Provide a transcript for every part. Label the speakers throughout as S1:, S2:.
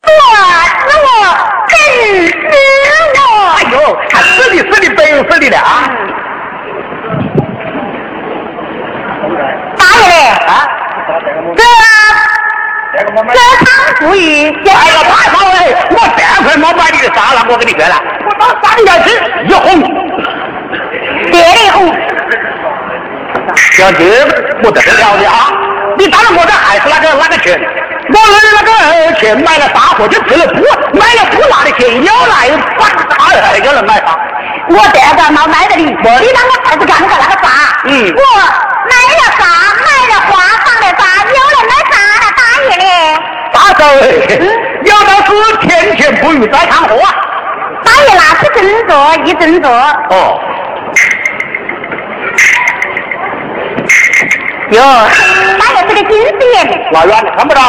S1: 哎啊啊哎
S2: 哎
S1: 砸了，我给你学来。
S2: 我当三
S1: 下去，一哄，
S2: 别的红，
S1: 小姐不得了了啊！你当然我这还是那个那个钱，我拿那个钱买了大货就吃了布，买了布拿的钱又来把大二又能买啥？
S2: 我这个没买的你，你当我才是干个那个啥？
S1: 嗯
S2: 我买了啥？买了花，放了啥？有人买啥了？大爷嘞！
S1: 大嫂，有道是天天不与在看货啊！
S2: 大爷拿去斟酌一斟酌。
S1: 哦，
S2: 哟，大爷是个近视眼的，
S1: 老远的看不到，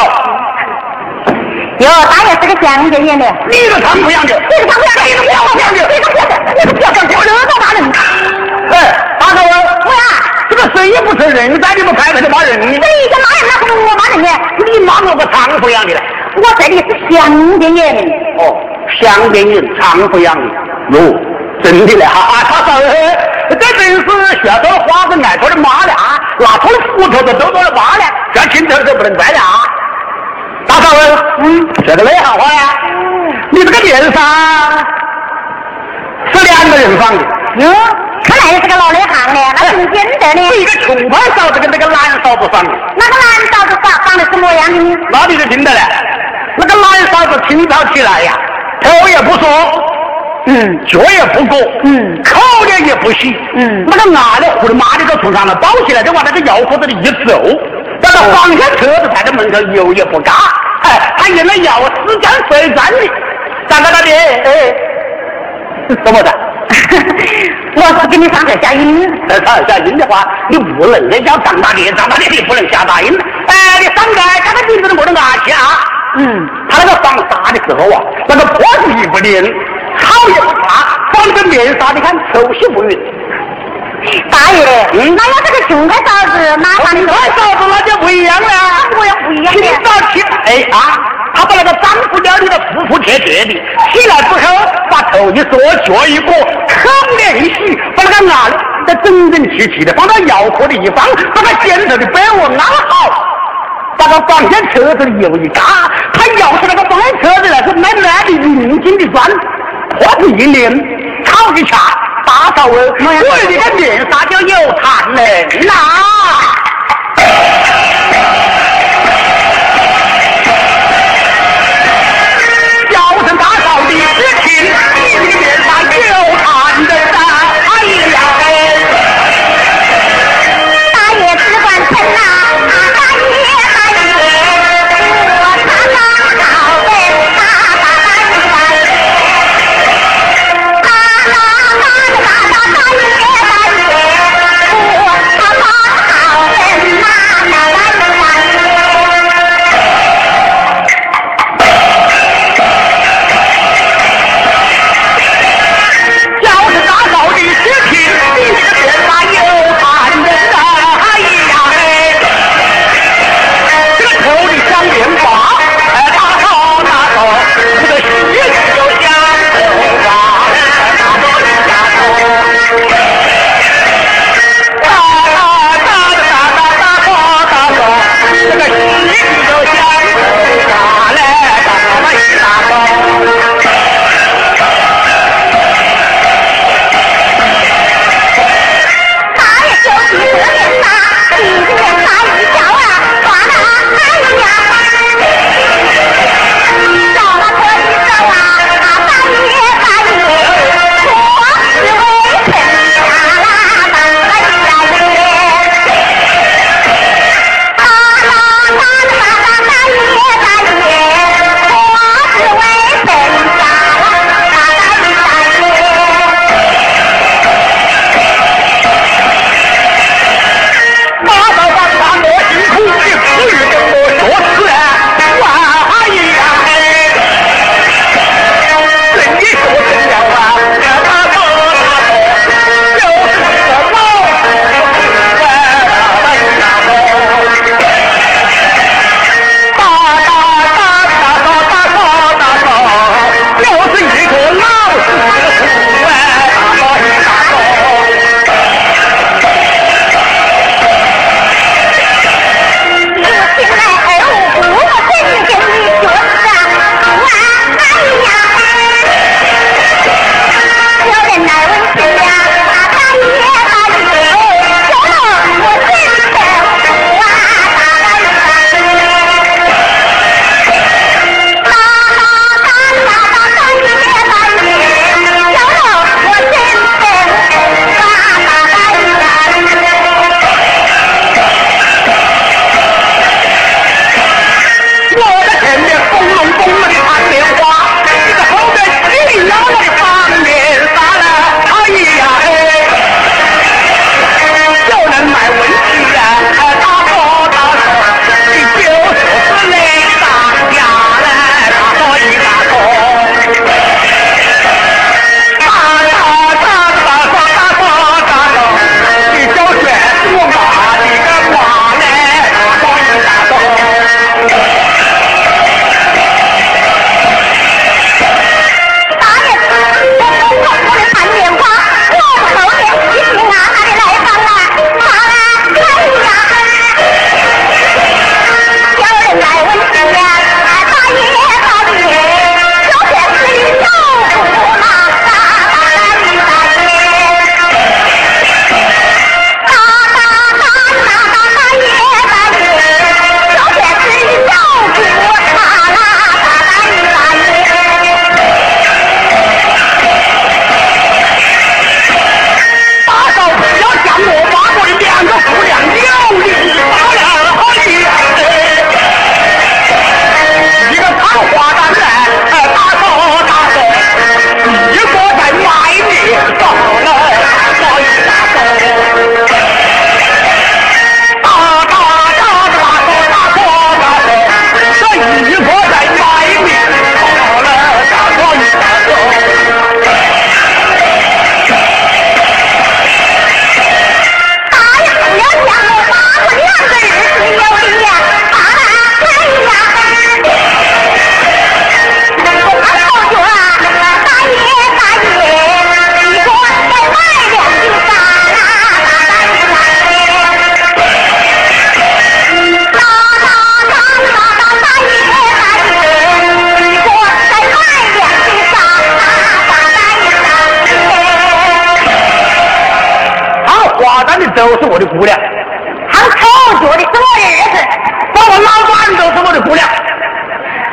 S2: 哟，大爷是个乡间眼的，
S1: 你都看不样的，
S2: 这个乡间眼的，这个乡间眼的，这个乡间眼的，这个乡间眼的，这个乡间眼的，
S1: 哎，大嫂啊，
S2: 我呀，
S1: 这个生意不成人在，你们拍拍的骂人呢，
S2: 这一个哪人那个我骂人的，
S1: 你骂我个长不样的嘞！
S2: 我这里是乡间眼的，
S1: 哦，乡间人长不样的，哟，真的嘞哈！啊，他说呃这真是小偷花子挨头的妈了啊，拿头斧头的都到了妈了，这亲头是不能摘的啊！大嫂，
S2: 啊
S1: 嗯，这个内行话呀，你这个脸上是两个人放的，
S2: 哟，看来是个老内行的，那挺见得
S1: 是一
S2: 的，
S1: 哎个穷胖嫂子跟那个懒嫂子放的，
S2: 那个男嫂子长长得什么样的呢？
S1: 哪里就听得嘞？那个懒嫂子清早起来呀，头也不梳，
S2: 嗯，
S1: 脚也不裹，
S2: 嗯
S1: 口呢也不洗，
S2: 嗯
S1: 那个男的糊的妈的都从上头抱起来，就往那个窑锅子里一走，那个方向车子在这门口油也不干，哎，他原来窑是干水站的，站在那里，哎， 是什么的？
S2: 我是给你上个下音，
S1: 呃，他下阴的话，你无能的要长大的，长大的你不能下大阴，哎，你上街看个镜子都没得牙去啊。
S2: 嗯，
S1: 他那个纺纱的时候啊，那个破是一不连，好也不差，纺那个棉纱，你看丑些不匀。
S2: 大爷嘞，
S1: 嗯
S2: 那要这个穷个嫂子，哪
S1: 那
S2: 上
S1: 你
S2: 的
S1: 二嫂子那就不一样了，
S2: 我也不一样
S1: 清
S2: 的。
S1: 早起来啊，她把那个丈夫撩的服服帖帖的，起来之后把头一缩，脚一裹，口脸一洗，把那个男的整整齐齐的放到窑锅里一放，把那肩头的被窝拉好。把那房间车子里油一嘎，他要是那个房间车子来是慢慢的匀劲的转，破皮一拧，炒一下，打扫哦，我的个面纱就有弹力啦！叫声打扫的之前，你的面纱有弹的啦！哎呀嘿！
S2: 大爷只管称呐，大爷大爷，我看呐好呗，大大大爷大爷，大大大大大大爷大爷，我看呐好呗，子，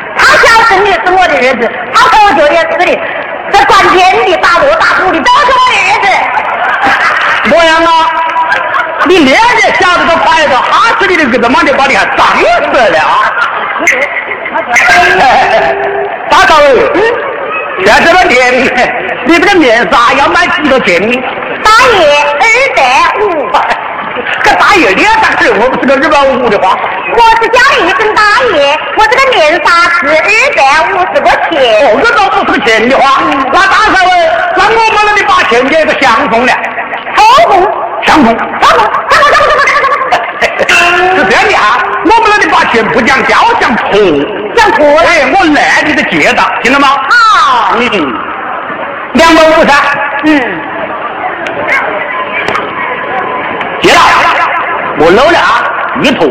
S2: 他和我九爷死的，这管田的、大锣大鼓的都是我儿子。
S1: 莫阳啊，你连着下子都快到哈斯里的怎么的把你还脏死了啊！ 大少爷，这这个脸，你这个面纱要买几多钱呢？
S2: 大爷，二百五。
S1: 这大爷脸大个我不是个日本五的话，
S2: 我是叫一声大爷，我这个面纱是二百五十块钱。
S1: 哦我这都不是钱的话，那大少爷，那我们那里把钱给个相公了，
S2: 好红。
S1: 相公。
S2: 老虎，老虎，老虎，
S1: 是这样的啊，我们那里把钱不讲交，讲婆。
S2: 老虎，老虎，
S1: 哎，我来你的结的，听到吗？
S2: 好，
S1: 嗯，两百五十，
S2: 嗯，
S1: 结了，我搂了啊，一头，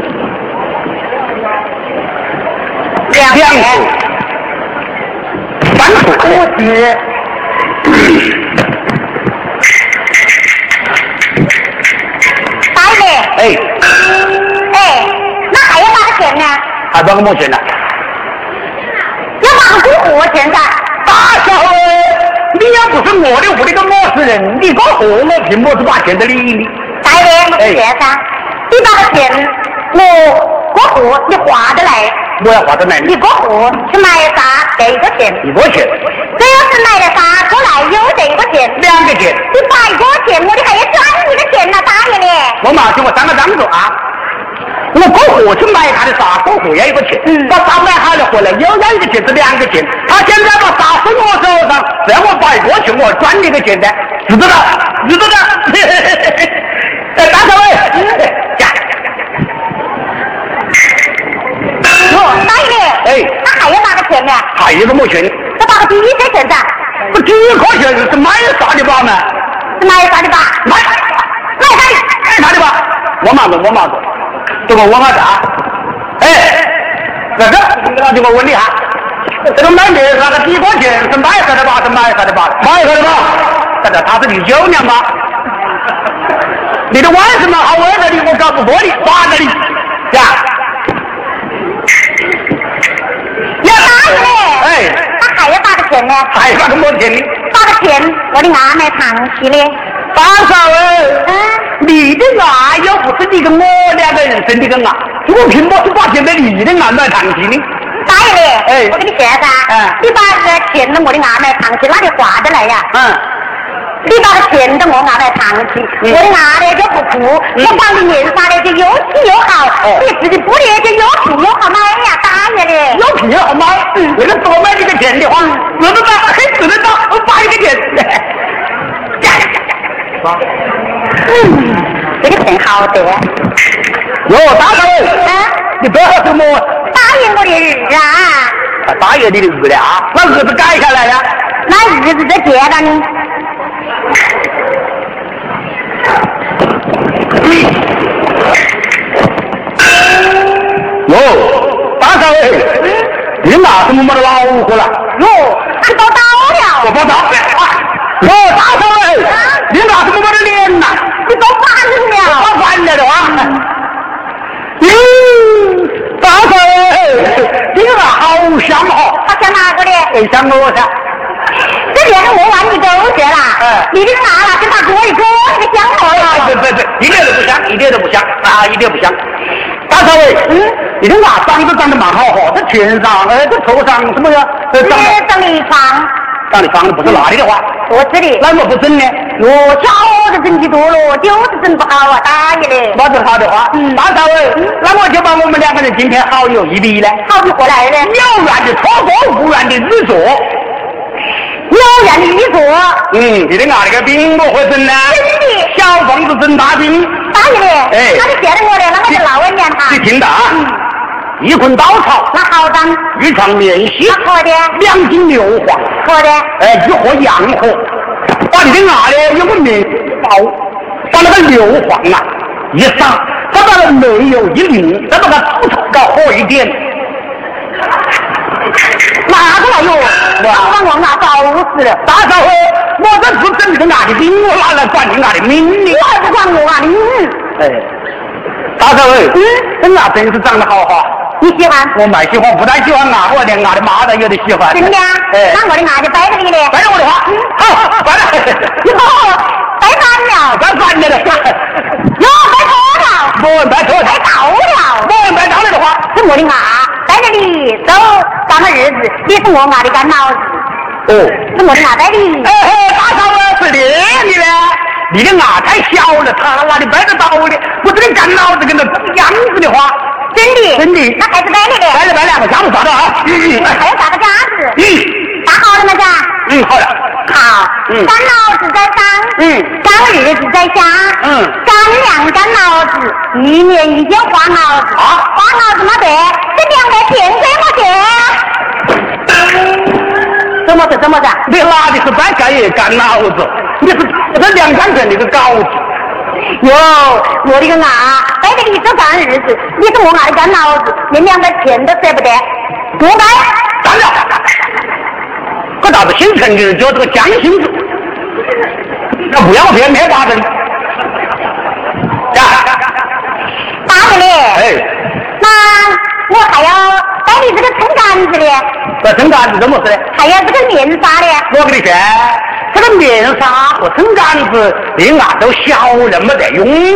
S2: 两哎
S1: 两头
S2: 百，
S1: 三头，
S2: 五十，大爷，
S1: 哎，
S2: 哎，那还要哪个钱呢？
S1: 还多少毛钱呢？
S2: 要哪个我钱的？
S1: 大小哎，你要不是我的屋里个陌生人，你搞和我凭么子把钱的理你？
S2: 大爷，我是学生，你那个钱我过户你划得来，
S1: 我要花到哪
S2: 你
S1: 里？
S2: 过户去买啥给一个钱，
S1: 一个钱，
S2: 这要是买了啥过来又得一个钱。
S1: 两个钱，
S2: 你百块钱，我的还要赚你的钱呢，大爷嘞！
S1: 我马上我三个张子啊。我过火去买他的纱，过火要一个钱，把纱买好了回来又要一个钱，是两个钱。他现在把纱送我手上，只要我摆过去，我赚你个钱的，知道了，知道了。哎，大少爷，呀，
S2: 我大爷嘞，
S1: 哎
S2: 那还要哪个钱呢？
S1: 还有一个没钱，
S2: 这哪个第一块钱的？
S1: 不几块钱是买啥的吧嘛？
S2: 是哪一家的吧？
S1: 买，买啥？买啥的吧？我忙着，我忙着，这个我忙着啊。哎，那个，那就我问你啊，这个买面啥的，几块钱是买啥的吧？是买啥的吧？买啥的吧？这个她是你舅娘吗？你的外甥嘛，好外甥的，我搞不过你，妈的你，呀，
S2: 要大爷嘞！
S1: 哎
S2: 那还要哪个钱呢？
S1: 还发个没钱呢？
S2: 哪个钱？我的牙买糖吃嘞。
S1: 大嫂哎。
S2: 嗯，
S1: 你的牙又不是你跟我两个人生的个牙，我凭么子把钱给你的牙买糖吃呢？
S2: 大爷嘞，
S1: 哎
S2: 我跟你说噻，
S1: 嗯
S2: 你把这个钱的我的牙买糖吃，那你划得来呀？
S1: 嗯。
S2: 你把这钱的我拿来藏起，
S1: 嗯
S2: 我的牙呢就不哭，我把你脸上呢就又细又好，
S1: 哦
S2: 你自己不脸就又细又好嘛，哎呀，大爷嘞！
S1: 要皮好吗？为了多卖这个钱的话，只能到还只能到八一个钱。
S2: 嗯，这个挺好的。
S1: 哟，大少爷，
S2: 啊，
S1: 你不要什么
S2: 答应我的儿啊，
S1: 大爷你的日了啊？那日子改下来了。
S2: 那日子这结了呢。
S1: 哟，大少爷，你哪是我们的老虎了？
S2: 哟，俺都到
S1: 我
S2: 了，
S1: 报道。哟，大少爷，你哪是我们的脸呐？
S2: 你都反了。
S1: 我翻了的啊！哟，大少爷，你个好香哦！
S2: 他想哪个嘞？
S1: 哎，香我噻。
S2: 这连着哎我玩你狗血了
S1: 哎，
S2: 你这个拿了跟他哥一哥那个相好
S1: 哎，
S2: 了。
S1: 不不不，一点都不像，一点都不像啊，一点不像。大少爷，嗯，你这牙长得长得蛮好哈，这全上，呃，这头上什么呀？呃，
S2: 你
S1: 长得
S2: 整理床，
S1: 长得长得不是哪里的话，
S2: 我这里。
S1: 那么不整呢？
S2: 嗯我早就整的多了，就是整不好啊，大爷嘞！
S1: 那是好的话，
S2: 嗯
S1: 大少爷，那我就把我们两个人今天好友一比呢，
S2: 好不过来嘞，
S1: 有缘的错过，无缘的日做。
S2: 有缘的一坐，
S1: 嗯，你的牙那个病我会整呢，
S2: 真的。
S1: 小房子整大病，
S2: 大爷嘞，
S1: 哎
S2: 那你见到我嘞，那我就老问两他
S1: 你，听着啊，一捆稻草，
S2: 那好当，
S1: 一场联系，
S2: 那好的，
S1: 两斤牛黄。
S2: 好的，
S1: 哎，一盒洋货，把你的牙呢有个面包，把那个硫磺啊一撒，它把那没有一淋，它把它吐出搞厚一点。
S2: 拿过来哟，
S1: 哇
S2: 刚把我拿烧死了，
S1: 大少爷，我这不挣你的牙的命，我哪来管你牙的命呢
S2: 我？还不管我啊你，
S1: 哎，大少爷，嗯，这牙真是长得好哈，
S2: 你喜欢？
S1: 我蛮喜欢，不但喜欢俺我的，俺的妈的也得喜欢。
S2: 真的啊？
S1: 哎，
S2: 那我的俺就掰了给你嘞。嗯
S1: 白了我的话，好，白
S2: 哟
S1: 了，，
S2: 掰翻了。
S1: 白翻了的，
S2: 哟，掰脱了，
S1: 莫问白头的，
S2: 掰倒了。
S1: 莫问白头了的话，
S2: 是我的俺，掰了你走，咱们日子你是我俺的干老子，
S1: 哦，
S2: 是啊我的俺掰的。
S1: 哎嘿，大嫂我是你的嘞，你的俺太小了，他哪里白得到的？我这个干老子跟那样子的话，
S2: 真的。
S1: 真的哎
S2: 那还是掰了
S1: 白
S2: 的。
S1: 了白了，我想不啥的啊？
S2: 还有啥个架子？
S1: 嗯
S2: 打好了吗？这？
S1: 嗯，好了，
S2: 好，
S1: 嗯
S2: 干老子在上，
S1: 嗯，
S2: 干儿子在下，
S1: 嗯，
S2: 干粮干老子，一年一件花老子，
S1: 啊
S2: 花老子没得，这两个钱给我钱。怎么子怎么子？
S1: 你拉的是白干也干老子，你是这两干人你个高子。
S2: 哟，我的个啊！白给你这干日子，你是我俺的干老子，连两个钱都舍不得，
S1: 嗯
S2: 活该！
S1: 干了，这咋子姓陈的，叫这个江姓子，那不要脸没法子。呀，
S2: 打你嘞！
S1: 哎，
S2: 那我还要白你这个撑杆子嘞，
S1: 这陈杆子怎么事呢？
S2: 还要这个棉纱嘞。
S1: 我跟你说，这个面纱和陈杆子比俺都小了没得用